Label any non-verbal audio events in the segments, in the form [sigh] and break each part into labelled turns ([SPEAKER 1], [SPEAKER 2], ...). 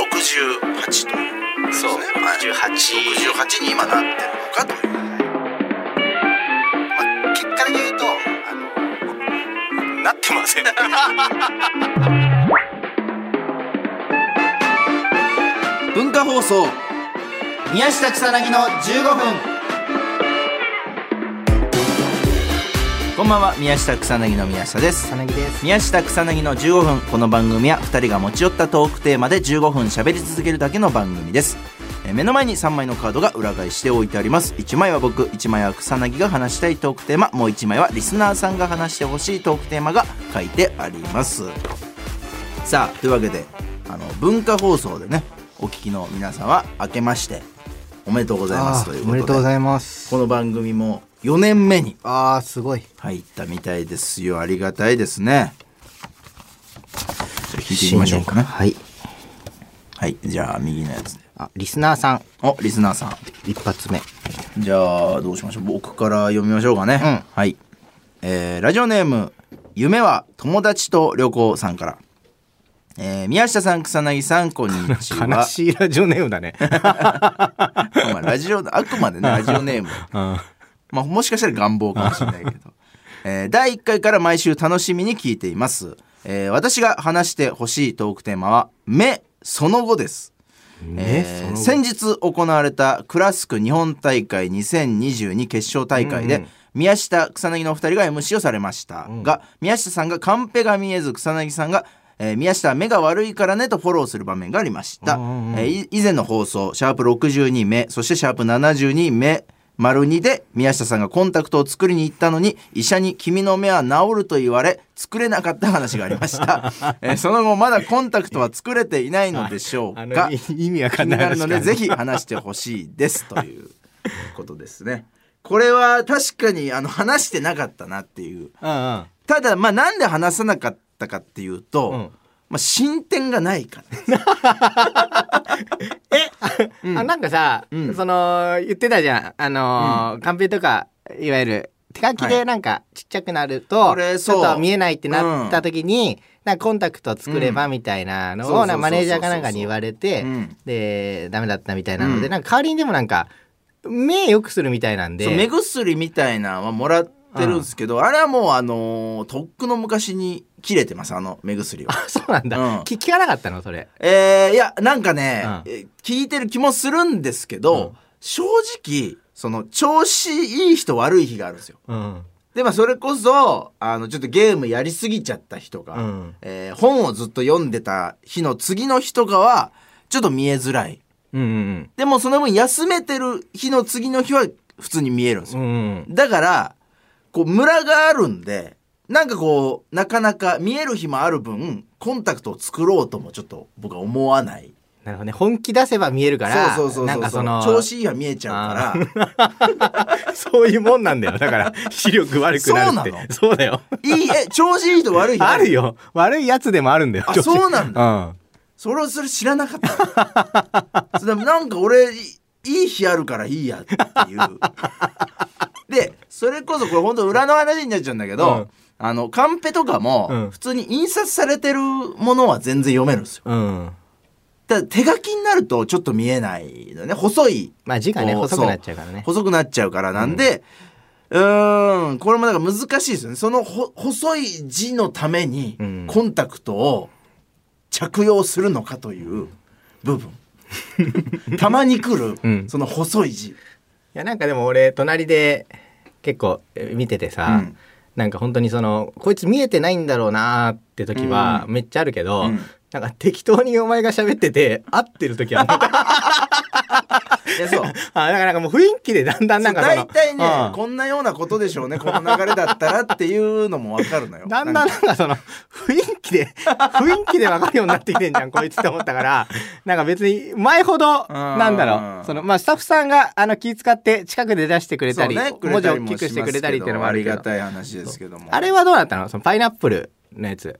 [SPEAKER 1] 68ということですね
[SPEAKER 2] そう
[SPEAKER 1] はい
[SPEAKER 2] 68
[SPEAKER 1] 68に今なってるのかという、
[SPEAKER 2] まあ、結果で言うとあのなってま
[SPEAKER 3] [laughs]
[SPEAKER 2] せん
[SPEAKER 4] 文化放送宮下草薙の15分こんばんは宮下草薙の宮下です
[SPEAKER 3] 草薙です
[SPEAKER 4] 宮下草薙の15分この番組は2人が持ち寄ったトークテーマで15分喋り続けるだけの番組ですえー目の前に3枚のカードが裏返して置いてあります1枚は僕1枚は草薙が話したいトークテーマもう1枚はリスナーさんが話してほしいトークテーマが書いてありますさあというわけであの文化放送でねお聞きの皆さんは明けましておめでとうございますとい
[SPEAKER 3] あー
[SPEAKER 4] うこ
[SPEAKER 3] おめでとう
[SPEAKER 4] と
[SPEAKER 3] ご
[SPEAKER 4] で
[SPEAKER 3] ざいます
[SPEAKER 4] この番組も4年目に
[SPEAKER 3] ああすごい
[SPEAKER 4] 入ったみたいですよありがたいですねじゃあ聞いてみましょうかね
[SPEAKER 3] はい
[SPEAKER 4] はいじゃあ右のやつで
[SPEAKER 3] あリスナーさん
[SPEAKER 4] おリスナーさ
[SPEAKER 3] 一発目
[SPEAKER 4] んじゃあどうしましょう僕から読みましょうかね、
[SPEAKER 3] ん
[SPEAKER 4] はいえーラジオネーム夢は友達と旅行さんからえー宮下さん草薙さんこんにちは
[SPEAKER 3] 悲しいラジオネームだね
[SPEAKER 4] まあラジオあくまでねラジオネーム
[SPEAKER 3] うん
[SPEAKER 4] まあ、もしかしたら願望かもしれないけど、えー第1回から毎週楽しみに聞いています、えー私が話してほしいトークテーマは「目その後」です、えー先日行われたクラスク日本大会2022決勝大会で、宮下草薙のお二人が MC をされましたが、宮下さんがカンペが見えず草薙さんが「えー宮下は目が悪いからねとフォローする場面がありました、えーい以前の放送シャープ62目そしてシャープ72目丸2で宮下さんがコンタクトを作りに行ったのに医者に「君の目は治る」と言われ作れなかった話があり
[SPEAKER 3] [laughs]
[SPEAKER 4] ました、えーその後まだコンタクトは作れていないのでしょう
[SPEAKER 3] あ
[SPEAKER 4] か
[SPEAKER 3] のい意味わ
[SPEAKER 4] 気
[SPEAKER 3] かん
[SPEAKER 4] に
[SPEAKER 3] ない
[SPEAKER 4] なる
[SPEAKER 3] 話
[SPEAKER 4] のでぜひ話してほしいですということですねこれは確かにあの話してなかったなっていう
[SPEAKER 3] うんうん
[SPEAKER 4] ただまあなんで話さなかったかっていうと、
[SPEAKER 3] うん
[SPEAKER 4] まあ、進展がないから
[SPEAKER 5] あなんかさ、
[SPEAKER 4] ん
[SPEAKER 5] その言ってたじゃんあのーカンペとかいわゆる手書き
[SPEAKER 4] は
[SPEAKER 5] で
[SPEAKER 4] い
[SPEAKER 5] なんかちっちゃくなると、
[SPEAKER 4] これ
[SPEAKER 5] ち
[SPEAKER 4] そう
[SPEAKER 5] ょっと見えないってなった時に、なんかコンタクト作ればみたいなの
[SPEAKER 4] うんそうそうそう
[SPEAKER 5] を
[SPEAKER 4] そう
[SPEAKER 5] なんかマネージャーかなんかに言われて、
[SPEAKER 4] うん
[SPEAKER 5] でダメだったみたいなので、
[SPEAKER 4] うん
[SPEAKER 5] なんか代わりにでもなんか目良くするみたいなんで
[SPEAKER 4] そう目薬みたいなのはもらってるんですけど、あれはもうあのーとっくの昔に切れてますあの目薬
[SPEAKER 5] [laughs]
[SPEAKER 4] は
[SPEAKER 5] そうなんだ、
[SPEAKER 4] うん
[SPEAKER 5] 聞聞かなかったのそれ。
[SPEAKER 4] えーいやなんかね、
[SPEAKER 5] うん
[SPEAKER 4] えー聞いてる気もするんですけど、
[SPEAKER 5] うん
[SPEAKER 4] 正直その調子いい人悪い日があるんですよ
[SPEAKER 5] うん
[SPEAKER 4] でまあそれこそあのちょっとゲームやりすぎちゃった日とか、
[SPEAKER 5] うん
[SPEAKER 4] えー本をずっと読んでた日の次の日とかはちょっと見えづらい
[SPEAKER 5] うんうん
[SPEAKER 4] でもその分休めてる日の次の日は普通に見えるんです
[SPEAKER 5] う
[SPEAKER 4] よ、
[SPEAKER 5] んうん
[SPEAKER 4] だからこうムラがあるんでなんかこうなかなか見える日もある分コンタクトを作ろうともちょっと僕は思わない
[SPEAKER 5] なるほどね本気出せば見えるから
[SPEAKER 4] そうそうそう
[SPEAKER 5] な
[SPEAKER 4] そ
[SPEAKER 5] ん
[SPEAKER 4] う
[SPEAKER 5] かその [laughs]
[SPEAKER 4] 調子いいは見えちゃうから
[SPEAKER 3] そういうもんなんだよだから視力悪くなるって
[SPEAKER 4] そう
[SPEAKER 3] そ
[SPEAKER 4] な
[SPEAKER 3] うだよ
[SPEAKER 4] いいえ調子いいと悪い日
[SPEAKER 3] ある
[SPEAKER 4] よ
[SPEAKER 3] よ悪いやつでもあるんだよ
[SPEAKER 4] あそうなんだ
[SPEAKER 3] だ
[SPEAKER 4] それをそれ知らなかった [laughs] それなんか俺いいい日あるからいいやっていう [laughs] でそれこそこれ本当裏の話になっちゃうんだけど、
[SPEAKER 3] うん
[SPEAKER 4] あのカンペとか
[SPEAKER 3] う
[SPEAKER 4] も
[SPEAKER 3] ん
[SPEAKER 4] 普通に印刷されてるものは全然読めるんですよ
[SPEAKER 3] うんうん
[SPEAKER 4] ただ手書きになるとちょっと見えないのね細い
[SPEAKER 5] まあ字がね
[SPEAKER 4] こう
[SPEAKER 5] 細くなっちゃうからね
[SPEAKER 4] そ細くなっちゃうからなんでうーんこれもだから難しいですよねそのほ細い字のために
[SPEAKER 5] うん
[SPEAKER 4] コンタクトを着用するのかという部
[SPEAKER 5] [laughs]
[SPEAKER 4] 分たまに来る、
[SPEAKER 3] ん
[SPEAKER 4] その細い字
[SPEAKER 5] いやなんかでも俺隣で結構えー見ててさ、
[SPEAKER 4] うん
[SPEAKER 5] なんか本当にそのこいつ見えてないんだろうなーって時はめっちゃあるけど、
[SPEAKER 4] うん
[SPEAKER 5] なんか適当にお前が喋ってて合ってる時はもうあ
[SPEAKER 4] いや [laughs] そう
[SPEAKER 5] [laughs] だからなんかもう雰囲気でだんだんなんかそ
[SPEAKER 4] 大
[SPEAKER 5] の
[SPEAKER 4] 体ね、
[SPEAKER 5] うん
[SPEAKER 4] こんなようなことでしょうねこの流れだったらっていうのも分かるのよ
[SPEAKER 5] だんだんなんかその雰囲気で雰囲気で分かるようになってきてんじゃんこいつって思ったからなんか別に前ほどなんだろうそのまあスタッフさんがあの気遣って近くで出してくれたり、
[SPEAKER 4] そうね
[SPEAKER 5] 文字を大きくしてくれたりっていうのもあるけ
[SPEAKER 4] あり
[SPEAKER 5] ど
[SPEAKER 4] がたい話ですけども
[SPEAKER 5] あれはどうだったのそのパイナップルのやつ。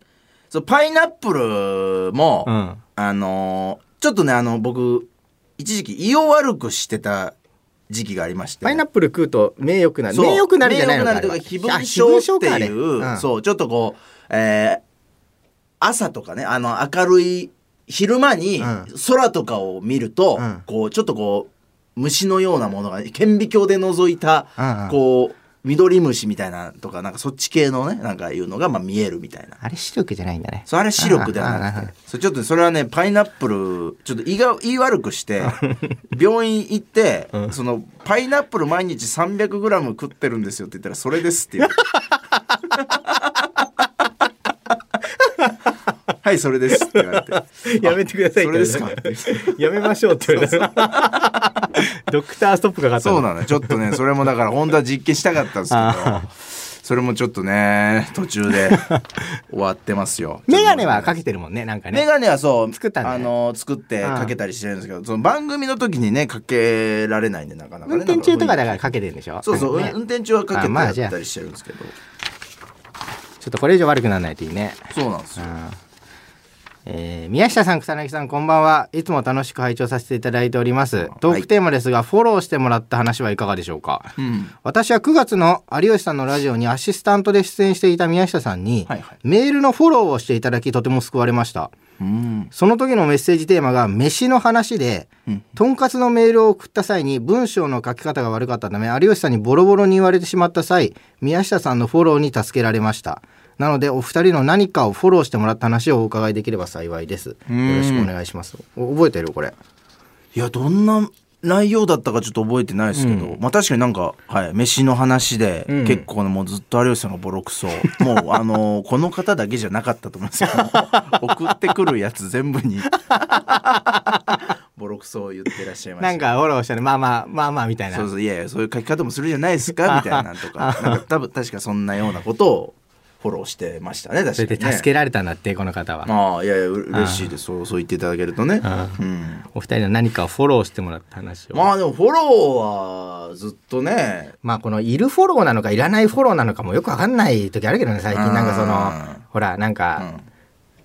[SPEAKER 4] そうパイナップルも、
[SPEAKER 5] うん
[SPEAKER 4] あのーちょっとねあの僕一時期胃を悪くしてた時期がありまして
[SPEAKER 5] パイナップル食うと名誉くなる。
[SPEAKER 4] そう
[SPEAKER 5] 名誉くなるじゃないのか。
[SPEAKER 4] 名誉くなるというか
[SPEAKER 5] あれは
[SPEAKER 4] 非分症って
[SPEAKER 5] あ非
[SPEAKER 4] いう、
[SPEAKER 5] 分症かあれうん
[SPEAKER 4] そうちょっとこう、えー朝とかねあの明るい昼間に
[SPEAKER 5] うん
[SPEAKER 4] 空とかを見ると、
[SPEAKER 5] うん
[SPEAKER 4] こうちょっとこう虫のようなものが顕微鏡で覗いた、
[SPEAKER 5] うんうん
[SPEAKER 4] こう緑虫みたいなのとかなんかそっち系のねなんかいうのがまあ見えるみたいな。
[SPEAKER 5] あれ視力じゃないんだね
[SPEAKER 4] それあれ視力ではな
[SPEAKER 5] あ
[SPEAKER 4] く
[SPEAKER 5] ああ
[SPEAKER 4] てそれちょっとそれはねパイナップルちょっと胃が胃悪くして
[SPEAKER 5] [laughs]
[SPEAKER 4] 病院行って、そのパイナップル毎日 300g 食ってるんですよって言ったらそれです
[SPEAKER 5] [laughs]
[SPEAKER 4] っていうはいそれですって言われて
[SPEAKER 5] [laughs] やめてください
[SPEAKER 4] それですか
[SPEAKER 5] やめましょうって言われたドクターストップかかった
[SPEAKER 4] そう
[SPEAKER 5] の
[SPEAKER 4] なのよちょっとねそれもだから本当は実験したかったんです
[SPEAKER 5] [laughs] あ
[SPEAKER 4] けどそれもちょっとね途中
[SPEAKER 5] [laughs]
[SPEAKER 4] で終わってますよ
[SPEAKER 5] メガネはかけてるもんねなんか
[SPEAKER 4] メ
[SPEAKER 5] ね
[SPEAKER 4] ガネはそう
[SPEAKER 5] 作ったんだね
[SPEAKER 4] あの作って
[SPEAKER 5] ああ
[SPEAKER 4] かけたりしてるんですけどその番組の時にねかけられないんでなかなか、ね、
[SPEAKER 5] 運転中とかだ
[SPEAKER 4] ら
[SPEAKER 5] からかけてるんでしょ
[SPEAKER 4] そうそう、
[SPEAKER 5] なんか
[SPEAKER 4] 運
[SPEAKER 5] ね
[SPEAKER 4] 転中はかけ
[SPEAKER 5] あまあ
[SPEAKER 4] て
[SPEAKER 5] じゃ
[SPEAKER 4] や
[SPEAKER 5] あ
[SPEAKER 4] ったりしてるんですけど、
[SPEAKER 5] ちょっとこれ以上悪くならないといいね
[SPEAKER 4] そうなんです
[SPEAKER 5] う
[SPEAKER 4] よ、
[SPEAKER 5] んえー宮下さん草薙さんこんばんはいつも楽しく拝聴させていただいておりますトークテーマですが、フォローしてもらった話はいかがでしょうか
[SPEAKER 4] うん、
[SPEAKER 5] 私は9月の有吉さんのラジオにアシスタントで出演していた宮下さんに、
[SPEAKER 4] はいはい
[SPEAKER 5] メールのフォローをしていただきとても救われました
[SPEAKER 4] うん、
[SPEAKER 5] その時のメッセージテーマが飯の話で、
[SPEAKER 4] うん
[SPEAKER 5] とんかつのメールを送った際に文章の書き方が悪かったため有吉さんにボロボロに言われてしまった際宮下さんのフォローに助けられましたなのでお二人の何かをフォローしてもらった話をお伺いできれば幸いですよ
[SPEAKER 4] ん
[SPEAKER 5] ろしくお願いしますお覚えてるこれ
[SPEAKER 4] いやどんな内容だったかちょっと覚えてないですけど、まあ確かになんか、はい、飯の話で、
[SPEAKER 5] うん
[SPEAKER 4] 結構ねもうずっと有吉さんがボロ
[SPEAKER 5] [laughs]
[SPEAKER 4] クソもうあのこの方だけじゃなかったと思うんですけど送ってくるやつ全部にボロクソを言ってらっしゃいました
[SPEAKER 5] なんかフォローしたらまあまあまあまあみたいな
[SPEAKER 4] そうそういやいやそういう書き方もするじゃないです
[SPEAKER 5] [laughs]
[SPEAKER 4] かみたいなのとかなんか多分確かそんなようなことをフォローしてましたね
[SPEAKER 5] [laughs] そ
[SPEAKER 4] 確
[SPEAKER 5] れ
[SPEAKER 4] か
[SPEAKER 5] で
[SPEAKER 4] に、ね、
[SPEAKER 5] 助けられたんだってこの方は
[SPEAKER 4] ああいやいやう嬉しいですそうそう言っていただけるとね
[SPEAKER 5] あ
[SPEAKER 4] うん
[SPEAKER 5] お二人の何かをフォローしてもらった話をまあ
[SPEAKER 4] まあでもフォローはずっとね
[SPEAKER 5] このいるフォローなのかいらないフォローなのかもよくわかんない時あるけどね最近なんかそ
[SPEAKER 4] うん
[SPEAKER 5] のほらなん
[SPEAKER 4] う
[SPEAKER 5] か
[SPEAKER 4] ん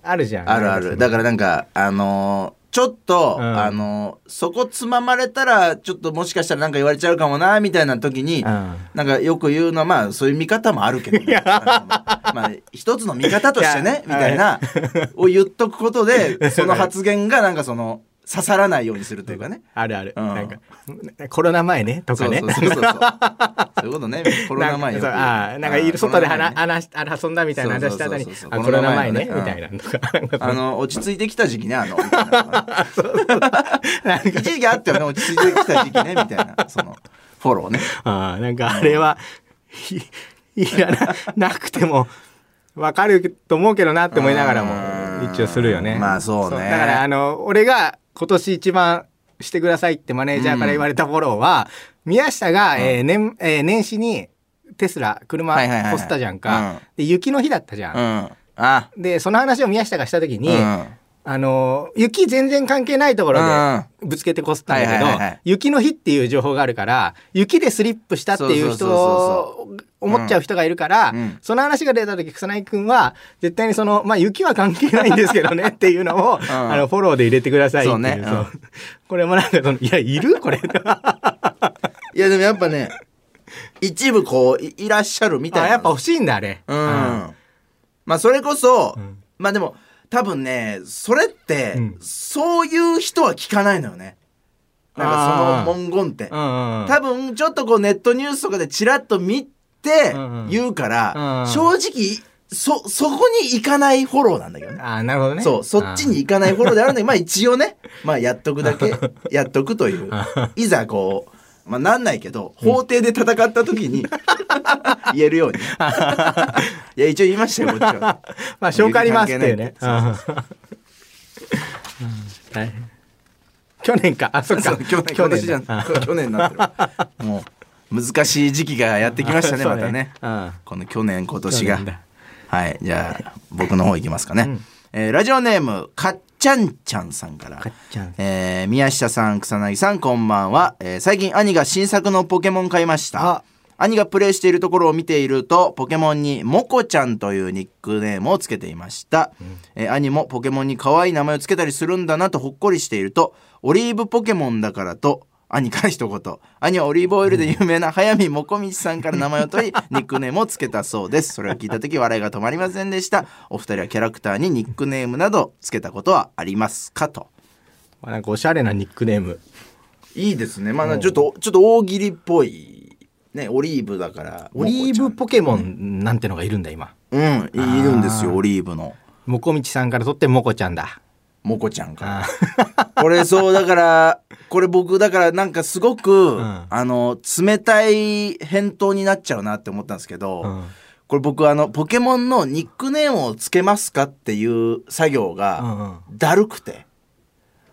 [SPEAKER 5] あるじゃん
[SPEAKER 4] あるあるだかららなんかあのーちょっと、
[SPEAKER 5] うん
[SPEAKER 4] あのーそこつままれたらちょっともしかしたらなんか言われちゃうかもなみたいな時に、
[SPEAKER 5] うん
[SPEAKER 4] なんかよく言うのはまあそういう見方もあるけど、ね、あ [laughs] のまあ一つの見方としてね
[SPEAKER 5] い
[SPEAKER 4] み
[SPEAKER 5] や
[SPEAKER 4] たいなを言っとくことでその発言がなんかその刺さらないようにするというかね。
[SPEAKER 5] あるある、
[SPEAKER 4] うん
[SPEAKER 5] なんかコロナ前ねと
[SPEAKER 4] そ
[SPEAKER 5] か
[SPEAKER 4] う
[SPEAKER 5] ね
[SPEAKER 4] そうそうそうそうそういうことねコロナ前よ
[SPEAKER 5] な
[SPEAKER 4] く言う
[SPEAKER 5] んかそうあーなんかいる
[SPEAKER 4] コロナ
[SPEAKER 5] 外で
[SPEAKER 4] 前ね
[SPEAKER 5] 話、話話遊んだみたいな話した後に
[SPEAKER 4] そうそうそうそう
[SPEAKER 5] あ
[SPEAKER 4] コ
[SPEAKER 5] コ
[SPEAKER 4] ロ
[SPEAKER 5] ロ
[SPEAKER 4] ナ
[SPEAKER 5] ナ
[SPEAKER 4] 前
[SPEAKER 5] 前
[SPEAKER 4] のね
[SPEAKER 5] ねみたいなのとかなんか
[SPEAKER 4] あの落ち着いてきた時期ねあのみたいなのがね一時期あったよね落ち着いてきた時期ねみたいなそのフォローね
[SPEAKER 5] あーなんかあれは、 [laughs] いいらななくてもわかると思うけどなって思いながら
[SPEAKER 4] うん
[SPEAKER 5] も一応するよね
[SPEAKER 4] まあそうね
[SPEAKER 5] だからあの俺が今年一番してくださいってマネージャーから言われたフォローは、宮下が、えー年えー年始にテスラ車
[SPEAKER 4] はいはいはいはい
[SPEAKER 5] こすったじゃんか、
[SPEAKER 4] うん
[SPEAKER 5] で雪の日だったじ
[SPEAKER 4] う
[SPEAKER 5] ゃん、
[SPEAKER 4] んあ
[SPEAKER 5] でその話を宮下がした時に、
[SPEAKER 4] うん
[SPEAKER 5] あの雪全然関係ないところ
[SPEAKER 4] う
[SPEAKER 5] でぶつけてこすったんだけど、
[SPEAKER 4] はいはいはいはい
[SPEAKER 5] 雪の日っていう情報があるから雪でスリップしたっていう
[SPEAKER 4] そ
[SPEAKER 5] 人
[SPEAKER 4] うそうそ
[SPEAKER 5] を思っちゃう人がいるから、
[SPEAKER 4] うん
[SPEAKER 5] その話が出た時草薙君は絶対にその、まあ、雪は関係ないんですけどねっていうの
[SPEAKER 4] [laughs]
[SPEAKER 5] を、あのフォローで入れてくださいっていう
[SPEAKER 4] そうね
[SPEAKER 5] そう [laughs]
[SPEAKER 4] うん
[SPEAKER 5] これもなんかそのいやいる
[SPEAKER 4] [laughs]
[SPEAKER 5] これ
[SPEAKER 4] いやでもやっぱね一部こういいらっしゃるみたい
[SPEAKER 5] [laughs] あ
[SPEAKER 4] な
[SPEAKER 5] やっぱ欲しいんだあれ、
[SPEAKER 4] うん
[SPEAKER 5] あ
[SPEAKER 4] まあそれこそ、
[SPEAKER 5] ん
[SPEAKER 4] まあでも多分ねそれって、
[SPEAKER 5] うん
[SPEAKER 4] そういう人は聞かないのよねなんかその文言って
[SPEAKER 5] うんうんうん
[SPEAKER 4] 多分ちょっとこうネットニュースとかでチラッと見て
[SPEAKER 5] うんうん
[SPEAKER 4] 言うから、
[SPEAKER 5] うんうん
[SPEAKER 4] 正直そそこに行かないフォローなんだけどね
[SPEAKER 5] あーなるほどね
[SPEAKER 4] そうそっちに行かないフォロー [laughs] であるんだけどまあ一応ねまあやっとくだけやっとくと [laughs] いういざこうまあなんないけど法廷で戦った時に言えるよう [laughs] にいや一応言いましたよこっちは
[SPEAKER 5] [laughs] まあ消化ありますっていうね。
[SPEAKER 4] 雪関係ないって
[SPEAKER 5] うん [laughs] 大変去年か、あ、そっ
[SPEAKER 4] [laughs] そ
[SPEAKER 5] か
[SPEAKER 4] う。去年今年じゃん
[SPEAKER 5] だ
[SPEAKER 4] 去年になってるもう難しい時期がやってきましたね
[SPEAKER 5] [laughs] そう
[SPEAKER 4] またね
[SPEAKER 5] うん
[SPEAKER 4] この去年今年
[SPEAKER 5] 去年
[SPEAKER 4] が
[SPEAKER 5] だ
[SPEAKER 4] はいじゃあ僕の方いきますかねえーラジオネームかっちゃんちゃんさんから
[SPEAKER 5] かっちゃん
[SPEAKER 4] えー宮下さん草薙さんこんばんは、えー最近兄が新作のポケモン買いました
[SPEAKER 5] あ
[SPEAKER 4] 兄がプレイしているところを見ているとポケモンにモコちゃんというニックネームをつけていました、えー兄もポケモンに可愛い名前をつけたりするんだなとほっこりしているとオリーブポケモンだからと兄から一言兄はオリーブオイルで有名な早見もこみちさんから名前を
[SPEAKER 5] [laughs]
[SPEAKER 4] 取りニックネームをつけたそうですそれを聞いた時笑いが止まりませんでしたお二人はキャラクターにニックネームなどつけたことはありますかと
[SPEAKER 5] まあなんかおしゃれなニックネーム
[SPEAKER 4] いいですねまあちょっとちょっと大喜利っぽいねオリーブだから
[SPEAKER 5] オリーブポケモンなんてのがいるんだ今
[SPEAKER 4] うんいるんですよオリーブの
[SPEAKER 5] もこみちさんから取ってもこちゃんだ
[SPEAKER 4] もこちゃんからこれそうだからこれ僕だからなんかすごく、
[SPEAKER 5] ん
[SPEAKER 4] あの冷たい返答になっちゃうなって思ったんですけど、
[SPEAKER 5] うん
[SPEAKER 4] これ僕あのポケモンのニックネームをつけますかっていう作業
[SPEAKER 5] [laughs]
[SPEAKER 4] がだるくて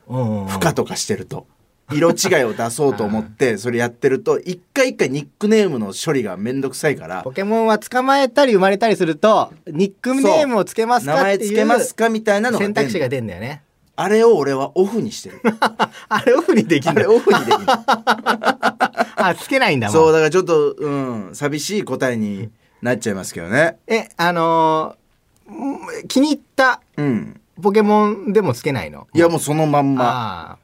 [SPEAKER 5] うん
[SPEAKER 4] 負荷とかしてると。色違いを出そうと思ってそれやってると一回一回ニックネームの処理がめんどくさいから
[SPEAKER 5] ポケモンは捕まえたり生まれたりするとニックネームをつけます
[SPEAKER 4] 名
[SPEAKER 5] かっ
[SPEAKER 4] 前
[SPEAKER 5] て
[SPEAKER 4] つ
[SPEAKER 5] い
[SPEAKER 4] け
[SPEAKER 5] う
[SPEAKER 4] ますかみたいなのが出
[SPEAKER 5] 選
[SPEAKER 4] んの
[SPEAKER 5] 択肢が出んだよね
[SPEAKER 4] あれを俺はオフにしてる
[SPEAKER 5] あ [laughs] れオフにでき
[SPEAKER 4] あ
[SPEAKER 5] んだ
[SPEAKER 4] れオフにできる
[SPEAKER 5] あつけないんだも
[SPEAKER 4] [laughs]
[SPEAKER 5] ん
[SPEAKER 4] そうだからちょっとうん寂しい答えになっちゃいますけどね
[SPEAKER 5] えあのーん気に入った
[SPEAKER 4] うん
[SPEAKER 5] ポケモンでもつけないの
[SPEAKER 4] いやもうそのまんま
[SPEAKER 5] あ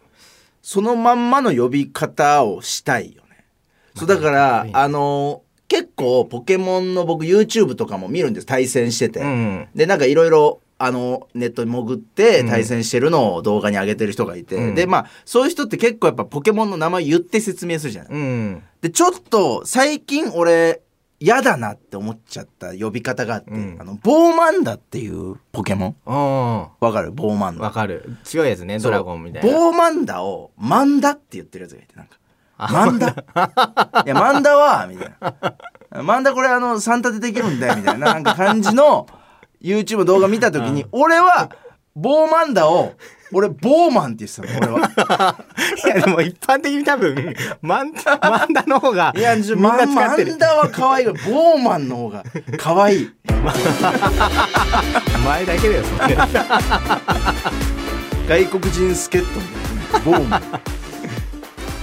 [SPEAKER 4] そのまんまの呼び方をしたいよねそうだからあの結構ポケモンの僕 YouTube とかも見るんです対戦してて、
[SPEAKER 5] あうん
[SPEAKER 4] でなんかいろいろあのネットに潜って対戦してるのを動画に上げてる人がいて、
[SPEAKER 5] うん
[SPEAKER 4] でまあそういう人って結構やっぱポケモンの名前言って説明するじゃない、
[SPEAKER 5] うん
[SPEAKER 4] でちょっと最近俺嫌だなって思っちゃった呼び方があって、
[SPEAKER 5] うん
[SPEAKER 4] あのボーマンダっていうポケモン
[SPEAKER 5] うん
[SPEAKER 4] わかるボーマンダ
[SPEAKER 5] わかる強いやつねドラゴンみたいな
[SPEAKER 4] ボーマンダをマンダって言ってるやつがいてなんか
[SPEAKER 5] あ
[SPEAKER 4] マン
[SPEAKER 5] [laughs]
[SPEAKER 4] ダいやマンダはみたいなマンダこれあの三立てできるんだよみたいななんか感じの YouTube の動画見た時に俺はボーマンダを俺ボーマンって言ってたの俺は。
[SPEAKER 5] いやでも一般的に多分マンダマンダの方が
[SPEAKER 4] いやじゃあ
[SPEAKER 5] [laughs] みんな
[SPEAKER 4] マン
[SPEAKER 5] 使
[SPEAKER 4] マ
[SPEAKER 5] ってる
[SPEAKER 4] ンダは可愛いがボーマンの方が可愛い。
[SPEAKER 5] 前だけだよそれ [laughs]
[SPEAKER 4] 外国人助っ人みた [laughs] いなボーマン。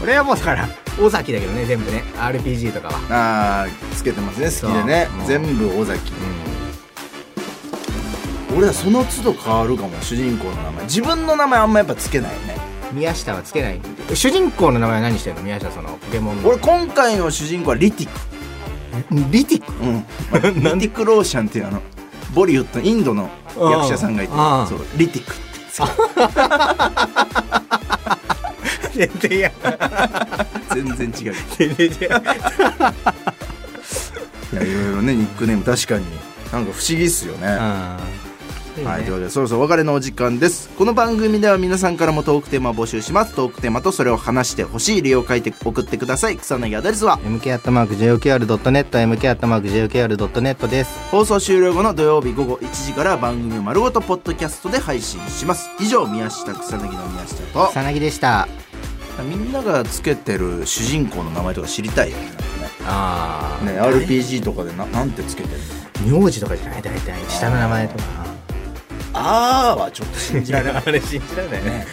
[SPEAKER 5] 俺はもうだから尾崎だけどね全部ね RPG とかは
[SPEAKER 4] あーつけてますね好きでね
[SPEAKER 5] そう
[SPEAKER 4] 全部尾崎、俺らその都度変わるかも主人公の名前自分の名前あんまやっぱつけないよね
[SPEAKER 5] 宮下はつけない主人公の名前は何してるの宮下そのポケモンの
[SPEAKER 4] 俺今回の主人公はリティッ
[SPEAKER 5] リティック
[SPEAKER 4] ク、うん [laughs] リティック・ローシャンっていうあのボリウッドインドの役者さんがいて
[SPEAKER 5] あ
[SPEAKER 4] そ
[SPEAKER 5] ー
[SPEAKER 4] うリティックってつけ
[SPEAKER 5] 全然や
[SPEAKER 4] 全然 [laughs] 違う
[SPEAKER 5] 全然違う
[SPEAKER 4] いやいろいろねニックネーム確かになんか不思議っすよね、はい、というわけでそろそろお別れのお時間ですこの番組では皆さんからもトークテーマを募集しますトークテーマとそれを話してほしい理由を書いて送ってください草薙アドレスは
[SPEAKER 5] MK アットマーク JOKR.net MK アットマーク JOKR.net です
[SPEAKER 4] 放送終了後の土曜日午後1時から番組丸ごとポッドキャストで配信します以上宮下草薙の宮下と
[SPEAKER 5] 草薙でした
[SPEAKER 4] みんながつけてる主人公の名前とか知りたいよね
[SPEAKER 5] あ
[SPEAKER 4] ね RPG とかでななんてつけてるの
[SPEAKER 5] 名字とかじゃない大体下の名前とか
[SPEAKER 4] あーはちょっと信じられない
[SPEAKER 5] あれ信じられないね